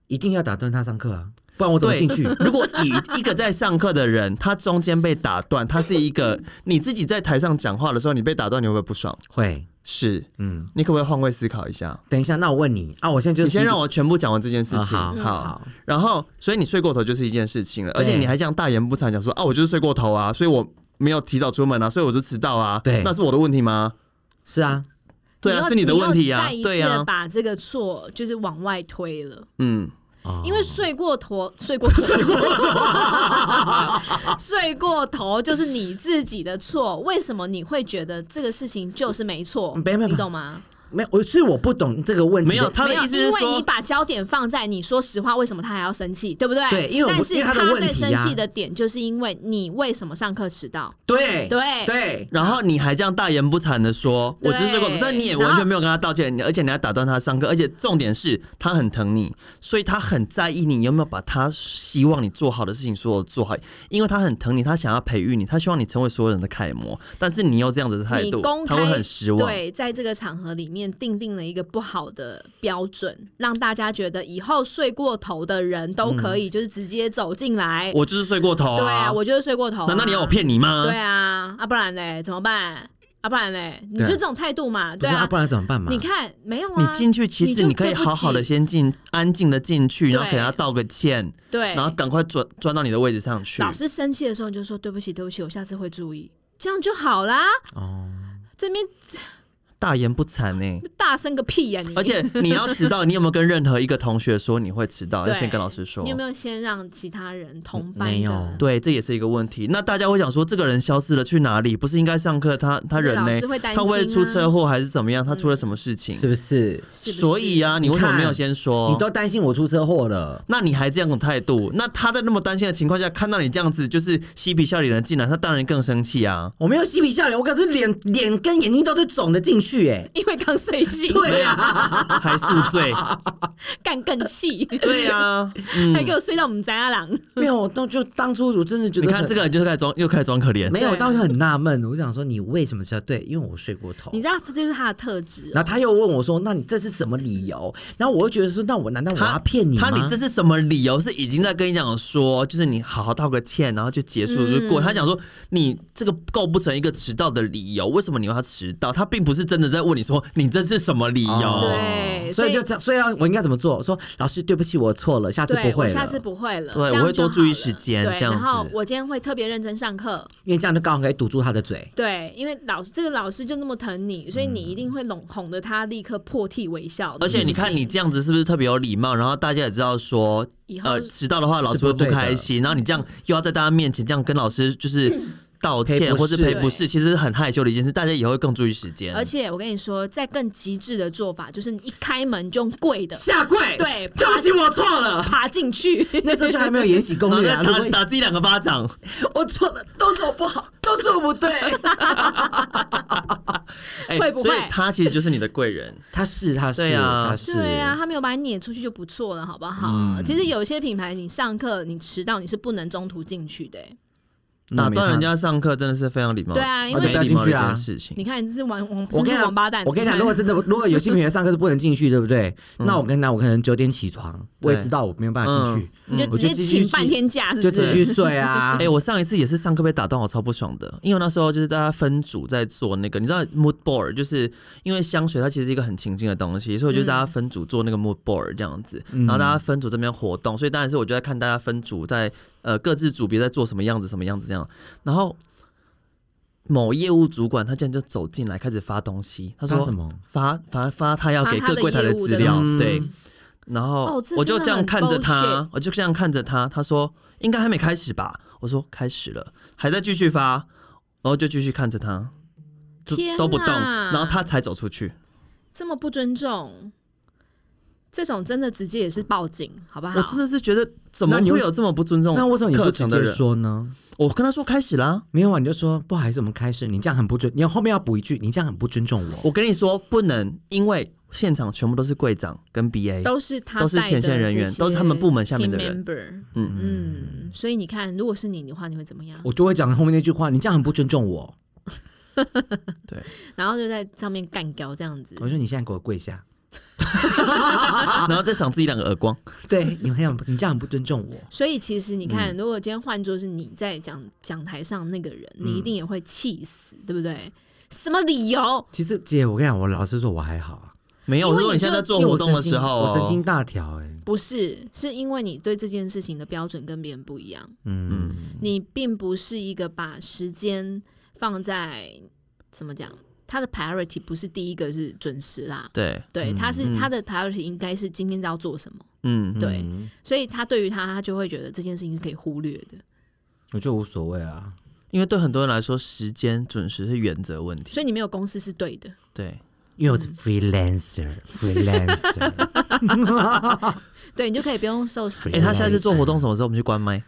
[SPEAKER 4] 一定要打断他上课啊！不然我怎么
[SPEAKER 2] 对
[SPEAKER 4] 进去？
[SPEAKER 2] 如果以一个在上课的人，他中间被打断，他是一个你自己在台上讲话的时候，你被打断，你会不会不爽？
[SPEAKER 4] 会，
[SPEAKER 2] 是，
[SPEAKER 4] 嗯，
[SPEAKER 2] 你可不可以换位思考一下？
[SPEAKER 4] 等一下，那我问你啊，我现在就是
[SPEAKER 2] 你先让我嗯全部讲完这件事情，
[SPEAKER 4] 啊好好
[SPEAKER 2] 然后，所以你睡过头就是一件事情了，而且
[SPEAKER 4] 对
[SPEAKER 2] 你还这样大言不惭讲说啊，我就是睡过头啊，所以我没有提早出门啊，所以我就迟到啊，
[SPEAKER 4] 对
[SPEAKER 2] 那是我的问题吗？
[SPEAKER 4] 是啊，
[SPEAKER 2] 对啊，
[SPEAKER 3] 又
[SPEAKER 2] 是你的问题
[SPEAKER 3] 又
[SPEAKER 2] 啊
[SPEAKER 3] 再，一次
[SPEAKER 2] 对
[SPEAKER 3] 地
[SPEAKER 2] 啊，
[SPEAKER 3] 把这个错就是往外推了，
[SPEAKER 2] 嗯，
[SPEAKER 4] 哦
[SPEAKER 3] 因为睡过头，睡过头，睡过头就是你自己的错。为什么你会觉得这个事情就是没错？
[SPEAKER 4] 没没没
[SPEAKER 3] 你懂吗？
[SPEAKER 4] 没有，我所以我不懂这个问题的。
[SPEAKER 2] 没有他的
[SPEAKER 3] 没有
[SPEAKER 2] 意思是
[SPEAKER 3] 因为你
[SPEAKER 2] 说，
[SPEAKER 3] 把焦点放在你说实话，为什么他还要生气，对不对？
[SPEAKER 4] 对因为我
[SPEAKER 3] 但是
[SPEAKER 4] 因为他的问题
[SPEAKER 3] 在
[SPEAKER 4] 啊
[SPEAKER 3] 生气的点，就是因为你为什么上课迟到？
[SPEAKER 4] 对
[SPEAKER 3] 对
[SPEAKER 4] 对，
[SPEAKER 2] 然后你还这样大言不惭的说我
[SPEAKER 3] 对
[SPEAKER 2] 就是睡过头，但你也完全没有跟他道歉，而且你还打断他上课，而且重点是他很疼你，所以他很在意你有没有把他希望你做好的事情所有做好，因为他很疼你，他想要培育你，他希望你成为所有人的楷模，但是你又这样子的态
[SPEAKER 3] 你
[SPEAKER 2] 度
[SPEAKER 3] 公，
[SPEAKER 2] 他
[SPEAKER 3] 开
[SPEAKER 2] 会很失望。
[SPEAKER 3] 对，在这个场合里面定定了一个不好的标准，让大家觉得以后睡过头的人都可
[SPEAKER 2] 嗯
[SPEAKER 3] 以就是直接走进来。
[SPEAKER 2] 我就是睡过头
[SPEAKER 3] 对啊，我就是睡过头、啊。
[SPEAKER 2] 难道你要我？骗你吗？
[SPEAKER 3] 对啊，啊不然嘞怎么办？啊不然嘞，你
[SPEAKER 4] 对
[SPEAKER 3] 就这种态度嘛，
[SPEAKER 4] 不
[SPEAKER 3] 对
[SPEAKER 4] 是啊，不然怎么办嘛？
[SPEAKER 3] 你看没有啊？
[SPEAKER 2] 你进去，其实
[SPEAKER 3] 就
[SPEAKER 2] 你可以
[SPEAKER 3] 对不起
[SPEAKER 2] 好好的先进，安静的进去，然后给
[SPEAKER 3] 对
[SPEAKER 2] 他道个歉，
[SPEAKER 3] 对，
[SPEAKER 2] 然后赶快转转到你的位置上去
[SPEAKER 3] 老。师生气的时候，你就说对不起，对不起，我下次会注意，这样就好啦。
[SPEAKER 4] 哦，
[SPEAKER 3] 这边
[SPEAKER 2] 大言不惭呢、欸
[SPEAKER 3] 大声个屁呀、你！
[SPEAKER 2] 而且你要迟到，你有没有跟任何一个同学说你会迟到？
[SPEAKER 3] 对
[SPEAKER 2] 要先跟老师说
[SPEAKER 3] 你。有没有先让其他人同班的
[SPEAKER 4] 没有
[SPEAKER 2] 对，这也是一个问题。那大家会想说，这个人消失了去哪里？不是应该上课，他他人呢
[SPEAKER 3] 老师？会担心、
[SPEAKER 2] 他
[SPEAKER 3] 啊，
[SPEAKER 2] 会出车祸还是怎么样？他出了什么事情？
[SPEAKER 4] 是不是？
[SPEAKER 3] 是不是
[SPEAKER 2] 所以啊，你为什么没有先说？
[SPEAKER 4] 你都担心我出车祸了？
[SPEAKER 2] 那你还这样的态度，那他在那么担心的情况下，看到你这样子就是嬉皮笑脸的进来，他当然更生气啊。
[SPEAKER 4] 我没有嬉皮笑脸，我可是脸脸跟眼睛都是肿的进去哎、
[SPEAKER 3] 因为刚睡醒，
[SPEAKER 4] 对啊，
[SPEAKER 2] 还宿 醉，
[SPEAKER 3] 干更 气，
[SPEAKER 2] 对啊，
[SPEAKER 3] 还给我睡到我们家郎。
[SPEAKER 4] 没有，那就当初我真的觉得
[SPEAKER 2] 你看
[SPEAKER 4] 很
[SPEAKER 2] 这个人就是开始装，又开始装可怜。
[SPEAKER 4] 没有，
[SPEAKER 3] 对
[SPEAKER 4] 我当时很纳闷，我想说你为什么知道？对，因为我睡过头
[SPEAKER 3] 你。知道，这就是他的特质哦、
[SPEAKER 4] 然后他又问我说：“那你这是什么理由？”然后我又觉得说：“那我难道我要骗你吗？”
[SPEAKER 2] 他你这是什么理由？是已经在跟你讲说，就是你好好道个歉，然后就结束
[SPEAKER 3] 嗯
[SPEAKER 2] 就过。他讲说你这个构不成一个迟到的理由，为什么你要他迟到？他并不是真的在问你说你这是什么理由。
[SPEAKER 4] 哦
[SPEAKER 3] 对，
[SPEAKER 4] 所
[SPEAKER 3] 以
[SPEAKER 4] 以就这样，所以要我应该怎么做？说老师，对不起，我错了，下次
[SPEAKER 3] 对
[SPEAKER 4] 不会
[SPEAKER 3] 我
[SPEAKER 4] 了。
[SPEAKER 3] 下次不会了，
[SPEAKER 2] 对
[SPEAKER 3] 这样
[SPEAKER 2] 我会多
[SPEAKER 3] 就好
[SPEAKER 2] 注意
[SPEAKER 3] 了
[SPEAKER 2] 时间
[SPEAKER 3] 对
[SPEAKER 2] 这样
[SPEAKER 3] 然后
[SPEAKER 2] 子
[SPEAKER 3] 我今天会特别认真上课，
[SPEAKER 4] 因为这样就刚好可以堵住他的嘴。
[SPEAKER 3] 对，因为老师这个老师就那么疼你，所以你一定会哄哄得他立刻破涕为笑的。
[SPEAKER 2] 而且你看，你这样子是不是特别有礼貌？然后大家也知道说，
[SPEAKER 3] 以后
[SPEAKER 2] 呃，迟到的话老师会不开心。然后你这样又要在大家面前这样跟老师就是
[SPEAKER 3] 嗯
[SPEAKER 2] 道
[SPEAKER 4] 赔
[SPEAKER 2] 歉
[SPEAKER 4] 不是
[SPEAKER 2] 或是赔不是，其实是很害羞的一件事。大家以后会更注意时间。
[SPEAKER 3] 而且我跟你说，再更极致的做法就是，你一开门就用跪的
[SPEAKER 4] 下跪，
[SPEAKER 3] 对
[SPEAKER 4] 对不起，我错 了。
[SPEAKER 3] 爬进去，
[SPEAKER 4] 那时候就还没有《延禧攻
[SPEAKER 2] 然后
[SPEAKER 4] 略》
[SPEAKER 2] 再
[SPEAKER 4] 啊，
[SPEAKER 2] 打
[SPEAKER 4] 如果
[SPEAKER 2] 打自己两个巴 掌，
[SPEAKER 4] 我错了，都是我不好，都是我不对。
[SPEAKER 2] 哎
[SPEAKER 3] 会不会
[SPEAKER 2] 所以他其实就是你的贵人。
[SPEAKER 4] 他是，他是，
[SPEAKER 2] 对啊
[SPEAKER 4] 他是，
[SPEAKER 3] 对啊，他没有把你撵出去就不错了，好不好？
[SPEAKER 4] 嗯
[SPEAKER 3] 其实有些品牌，你上课你迟到，你是不能中途进去的、欸
[SPEAKER 4] 那
[SPEAKER 2] 打
[SPEAKER 4] 我没差
[SPEAKER 2] 断人。家上课真的是非常礼貌，
[SPEAKER 3] 对啊因为
[SPEAKER 2] 没礼貌的一件事
[SPEAKER 3] 你
[SPEAKER 2] 情。
[SPEAKER 3] 看，你这是王王，
[SPEAKER 4] 哦我跟
[SPEAKER 3] 真
[SPEAKER 4] 你
[SPEAKER 3] 是
[SPEAKER 4] 讲，
[SPEAKER 3] 王八蛋。
[SPEAKER 4] 我跟你讲，
[SPEAKER 3] 看嗯
[SPEAKER 4] 如果真的，如果有些同学上课是不能进去，对不对？那我跟你讲，我可能九点起床，我也知道我没有办法进去，
[SPEAKER 3] 嗯你就
[SPEAKER 4] 嗯我
[SPEAKER 3] 直接
[SPEAKER 4] 就继续
[SPEAKER 3] 请半天假，是
[SPEAKER 4] 就
[SPEAKER 3] 不
[SPEAKER 4] 继
[SPEAKER 3] 是？
[SPEAKER 4] 续睡啊
[SPEAKER 2] 哎、。我上一次也是上课被打断，我超不爽的，因为那时候就是大家分组在做那个，你知道 mood board，就是因为香水它其实是一个很情境的东西，所以我
[SPEAKER 4] 嗯
[SPEAKER 2] 觉得大家分组做那个 mood board 这样子，然后大家分组这边活动，所以当然是我就在看大家分组在呃各自组别在做什么样子什么样子这样，然后某业务主管他竟然就走进来开始发东西，他
[SPEAKER 4] 他
[SPEAKER 2] 说
[SPEAKER 4] 什么？
[SPEAKER 2] 发发发他要
[SPEAKER 3] 发
[SPEAKER 2] 给
[SPEAKER 3] 他
[SPEAKER 2] 各
[SPEAKER 3] 的
[SPEAKER 2] 柜台
[SPEAKER 3] 业
[SPEAKER 2] 的
[SPEAKER 3] 务
[SPEAKER 2] 资
[SPEAKER 3] 的
[SPEAKER 2] 料
[SPEAKER 3] 东，西
[SPEAKER 2] 对。然后
[SPEAKER 3] 哦这
[SPEAKER 2] 我
[SPEAKER 3] 真
[SPEAKER 2] 就这
[SPEAKER 3] 的
[SPEAKER 2] 样
[SPEAKER 3] 很
[SPEAKER 2] 看着他
[SPEAKER 3] bullshit，
[SPEAKER 2] 我就这样看着他，他说应该还没开始吧？我说开始了，还在继续发，然后就继续看着他，就
[SPEAKER 3] 天
[SPEAKER 2] 都不动，
[SPEAKER 3] 哪
[SPEAKER 2] 然后他才走出去。
[SPEAKER 3] 这么不尊重，这种真的直接也是报警，好不好？
[SPEAKER 2] 我真的是觉得怎么
[SPEAKER 4] 那你
[SPEAKER 2] 会
[SPEAKER 4] 为
[SPEAKER 2] 有这么不尊重
[SPEAKER 4] 那为什么你
[SPEAKER 2] 课
[SPEAKER 4] 不
[SPEAKER 2] 程
[SPEAKER 4] 直
[SPEAKER 2] 的
[SPEAKER 4] 接
[SPEAKER 2] 人？
[SPEAKER 4] 说呢？
[SPEAKER 2] 我跟他说开始啦，
[SPEAKER 4] 没有啊，你就说不好意思，我们开始。你这样很不尊，你后面要补一句，你这样很不尊重我。
[SPEAKER 2] 我跟你说不能，因为现场全部都是柜长跟 BA，
[SPEAKER 3] 都是他
[SPEAKER 2] 都是
[SPEAKER 3] 带
[SPEAKER 2] 前线
[SPEAKER 3] 的
[SPEAKER 2] 人
[SPEAKER 3] 这
[SPEAKER 2] 员
[SPEAKER 3] 些
[SPEAKER 2] 都是他们部门下面
[SPEAKER 3] team
[SPEAKER 2] 的人
[SPEAKER 3] member
[SPEAKER 2] 嗯
[SPEAKER 3] 嗯，所以你看，如果是你的话，你会怎么样？
[SPEAKER 4] 我就会讲后面那句话，你这样很不尊重我。
[SPEAKER 2] 对，
[SPEAKER 3] 然后就在上面干掉这样子。
[SPEAKER 4] 我说你现在给我跪下，
[SPEAKER 3] 啊
[SPEAKER 2] 然后再赏自己两个耳光。
[SPEAKER 4] 对，你很你这样很不尊重我。
[SPEAKER 3] 所以其实你
[SPEAKER 2] 嗯
[SPEAKER 3] 看，如果今天换作是你在讲讲台上那个人，
[SPEAKER 2] 嗯
[SPEAKER 3] 你一定也会气死，对不对？什么理由？
[SPEAKER 4] 其实姐，我跟你讲，我老实说，我还好啊，
[SPEAKER 2] 没有，
[SPEAKER 3] 因
[SPEAKER 2] 我
[SPEAKER 3] 为
[SPEAKER 2] 说
[SPEAKER 3] 你
[SPEAKER 2] 你现在
[SPEAKER 3] 就
[SPEAKER 2] 在做
[SPEAKER 4] 因为
[SPEAKER 2] 活
[SPEAKER 4] 我
[SPEAKER 2] 动的
[SPEAKER 4] 神
[SPEAKER 2] 时
[SPEAKER 4] 经
[SPEAKER 2] 候，哦
[SPEAKER 4] 我神经大条哎、
[SPEAKER 3] 不是，是因为你对这件事情的标准跟别人不一样，
[SPEAKER 4] 嗯，
[SPEAKER 3] 你并不是一个把时间放在怎么讲，他的 priority 不是第一个是准时啦，
[SPEAKER 2] 对，
[SPEAKER 3] 对，他是、
[SPEAKER 2] 嗯
[SPEAKER 3] 他的 priority 应该是今天要做什么，
[SPEAKER 2] 嗯，
[SPEAKER 3] 对，
[SPEAKER 4] 嗯
[SPEAKER 3] 所以他对于他他就会觉得这件事情是可以忽略的，
[SPEAKER 4] 我觉得无所谓啊。
[SPEAKER 2] 因为对很多人来说，时间准时是原则问题。
[SPEAKER 3] 所以你没有公司是对的，
[SPEAKER 2] 对，
[SPEAKER 4] 因为我是 freelancer，freelancer，
[SPEAKER 3] 对你就可以不用受时
[SPEAKER 2] 哎、
[SPEAKER 3] 间
[SPEAKER 4] 对
[SPEAKER 2] 他下次做活动什么时候，我们去 关麦，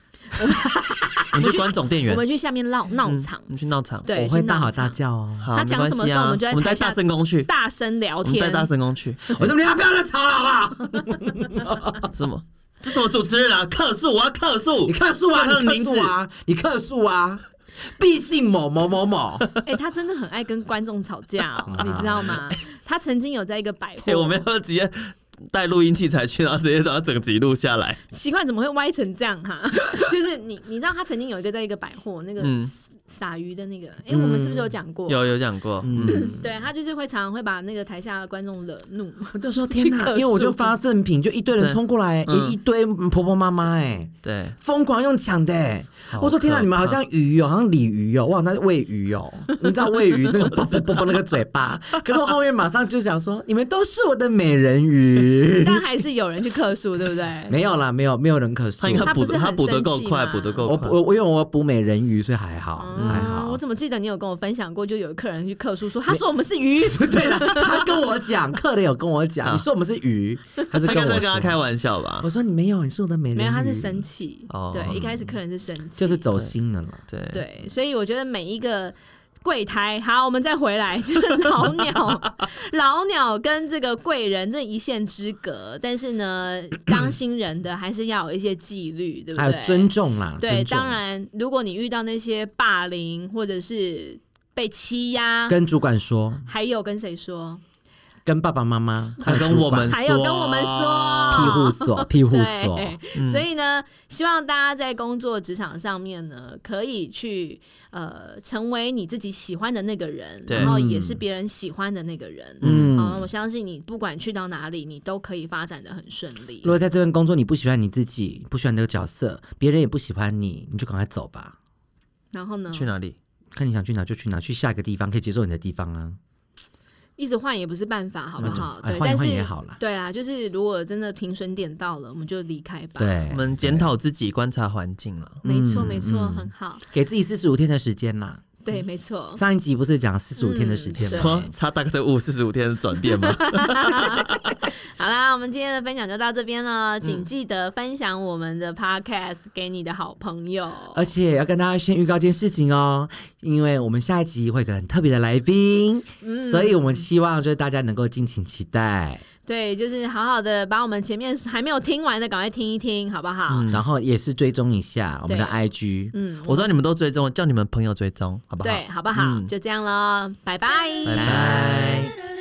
[SPEAKER 2] 我们去关总店
[SPEAKER 3] 我
[SPEAKER 2] 员，嗯
[SPEAKER 3] 们去下面闹闹场
[SPEAKER 2] 我，们去闹场。
[SPEAKER 3] 对，
[SPEAKER 4] 我会
[SPEAKER 3] 去
[SPEAKER 4] 大
[SPEAKER 3] 闹
[SPEAKER 4] 吼
[SPEAKER 3] 场
[SPEAKER 4] 大叫哦。
[SPEAKER 2] 好，
[SPEAKER 3] 他
[SPEAKER 2] 没
[SPEAKER 3] 讲
[SPEAKER 2] 关
[SPEAKER 3] 什么
[SPEAKER 2] 系
[SPEAKER 3] 时候
[SPEAKER 2] 啊
[SPEAKER 3] 我们就在
[SPEAKER 2] 我们带
[SPEAKER 3] 台下
[SPEAKER 2] 大圣宫去，
[SPEAKER 3] 大声聊
[SPEAKER 2] 我们带
[SPEAKER 3] 天。
[SPEAKER 2] 大圣宫 去。
[SPEAKER 4] 我说你们俩不要再吵了，好不好？
[SPEAKER 2] 什么？这什么主持人啊？客诉！我要客诉
[SPEAKER 4] 你！ 克数啊，
[SPEAKER 2] 对他的
[SPEAKER 4] 你
[SPEAKER 2] 名
[SPEAKER 4] 克
[SPEAKER 2] 字
[SPEAKER 4] 数啊，你克数啊，必姓某某某 某。
[SPEAKER 3] 哎、他真的很爱跟观众吵架哦，你知道吗？他曾经有在一个百货，
[SPEAKER 2] 哎、我们要直接带录音器材去，然后直接把整集录下来。
[SPEAKER 3] 奇怪怎么会歪成这样哈？ 就是你，你知道他曾经有一个在一个百货那个
[SPEAKER 2] 嗯
[SPEAKER 3] 傻傻鱼的那个，哎、我们是不是有讲过？
[SPEAKER 2] 有有讲过，嗯，
[SPEAKER 3] 对他就是会常常会把那个台下的观众惹怒，
[SPEAKER 4] 我就说天
[SPEAKER 3] 去
[SPEAKER 4] 哪，
[SPEAKER 3] 克
[SPEAKER 4] 因为我就
[SPEAKER 3] 数
[SPEAKER 4] 发赠品，就一堆人
[SPEAKER 2] 对
[SPEAKER 4] 冲过来，
[SPEAKER 2] 嗯
[SPEAKER 4] 一一堆婆婆妈妈，哎，
[SPEAKER 2] 对。
[SPEAKER 4] 疯狂用抢的、欸。
[SPEAKER 2] 好
[SPEAKER 4] 我说天哪，
[SPEAKER 2] 可
[SPEAKER 4] 你们好
[SPEAKER 2] 怕
[SPEAKER 4] 像鱼哦、好像鲤鱼哦、哇，那是喂鱼哦、你知道喂鱼那个 啵啵啵啵那个嘴巴，可是我后面马上就想说，你们都是我的美人鱼。
[SPEAKER 3] 但还是有人去客诉，对不对？
[SPEAKER 4] 没有啦，没有没有人可诉
[SPEAKER 2] 他。应该
[SPEAKER 3] 他
[SPEAKER 2] 补
[SPEAKER 3] 不是
[SPEAKER 2] 的，他
[SPEAKER 3] 很
[SPEAKER 2] 补的
[SPEAKER 3] 生
[SPEAKER 2] 够
[SPEAKER 3] 气
[SPEAKER 2] 快，
[SPEAKER 3] 吗
[SPEAKER 2] 补的够嗯
[SPEAKER 4] 我
[SPEAKER 2] 快。
[SPEAKER 4] 我我因为我补美人鱼，所以还好，还
[SPEAKER 3] 啊，
[SPEAKER 4] 好
[SPEAKER 3] 我。怎么记得你有跟我分享过，就有客人去客诉说，他说我们是鱼，
[SPEAKER 4] 对了，他跟我讲，客人有跟我讲，你说我们是鱼，他是跟
[SPEAKER 2] 他应该
[SPEAKER 4] 我
[SPEAKER 2] 在跟他开
[SPEAKER 4] 说，
[SPEAKER 2] 玩笑吧
[SPEAKER 4] 我？说你没有，你是我的美人鱼，
[SPEAKER 3] 没有，他是生气
[SPEAKER 2] 哦。
[SPEAKER 3] 对，一开始客人是生
[SPEAKER 4] 嗯
[SPEAKER 3] 气，
[SPEAKER 4] 就是走心了啦。
[SPEAKER 2] 对，
[SPEAKER 3] 对，所以我觉得每一个柜台，好，我们再回来，就是老鸟， 老鸟跟这个贵人这一线之隔，但是 呢，当新人的还是要有一些纪律，对不
[SPEAKER 4] 还
[SPEAKER 3] 对？
[SPEAKER 4] 有尊。重啦，
[SPEAKER 3] 对，
[SPEAKER 4] 尊重
[SPEAKER 3] 当然，如果你遇到那些霸凌或者是被欺压，
[SPEAKER 4] 跟主管说，
[SPEAKER 3] 还有跟谁说？
[SPEAKER 4] 跟爸爸妈妈，还有
[SPEAKER 2] 跟
[SPEAKER 4] 主
[SPEAKER 2] 我
[SPEAKER 4] 管
[SPEAKER 2] 们
[SPEAKER 3] 还有跟我们说
[SPEAKER 4] 庇护所，庇护所
[SPEAKER 3] 对，，所以呢，希望大家在工作职场上面呢，可以去呃成为你自己喜欢的那个人，
[SPEAKER 2] 对
[SPEAKER 3] 然后
[SPEAKER 4] 嗯
[SPEAKER 3] 也是别人喜欢的那个人。嗯，我相信你不管去到哪里，你都可以发展的很顺利
[SPEAKER 4] 如。果在这份工作你不喜欢你自己，不喜欢这个角色，别人也不喜欢你，你就赶快走吧。
[SPEAKER 3] 然后呢，
[SPEAKER 2] 去哪里？
[SPEAKER 4] 看你想去哪就去哪，去下一个地方可以接受你的地方啊。
[SPEAKER 3] 一直换也不是办法，好不好？
[SPEAKER 4] 哎
[SPEAKER 3] 对，
[SPEAKER 4] 换一
[SPEAKER 3] 但
[SPEAKER 4] 换也
[SPEAKER 3] 是
[SPEAKER 4] 好啦
[SPEAKER 3] 对啊，就是如果真的停损点到了，我们就离开吧。，
[SPEAKER 4] 对，嗯
[SPEAKER 2] 我们检讨自己，观察环境了。
[SPEAKER 3] 没错，没错，很好。
[SPEAKER 4] 给自己四十五天的时间啦。
[SPEAKER 3] 对，没错。
[SPEAKER 4] 上一集不是讲四十五天的时间
[SPEAKER 3] 对
[SPEAKER 4] 吗？
[SPEAKER 2] 嗯说差大概在五四十五天的转变吗？
[SPEAKER 3] 好啦，我们今天的分享就到这边了，请记得分享我们的 podcast 给你的好朋友。
[SPEAKER 4] 而且要跟大家先预告一件事情哦，因为我们下一集会有个很特别的来宾，
[SPEAKER 3] 嗯
[SPEAKER 4] 所以我们希望就是大家能够敬请期待，
[SPEAKER 3] 对，就是好好的把我们前面还没有听完的，赶快听一听，好不好？
[SPEAKER 4] 嗯然后也是追踪一下我们的
[SPEAKER 3] 对
[SPEAKER 4] IG，
[SPEAKER 3] 嗯，
[SPEAKER 2] 我知道你们都追踪，我叫你们朋友追踪，好不好？
[SPEAKER 3] 对，好不好？就这样了，拜拜
[SPEAKER 2] 拜拜。
[SPEAKER 1] Better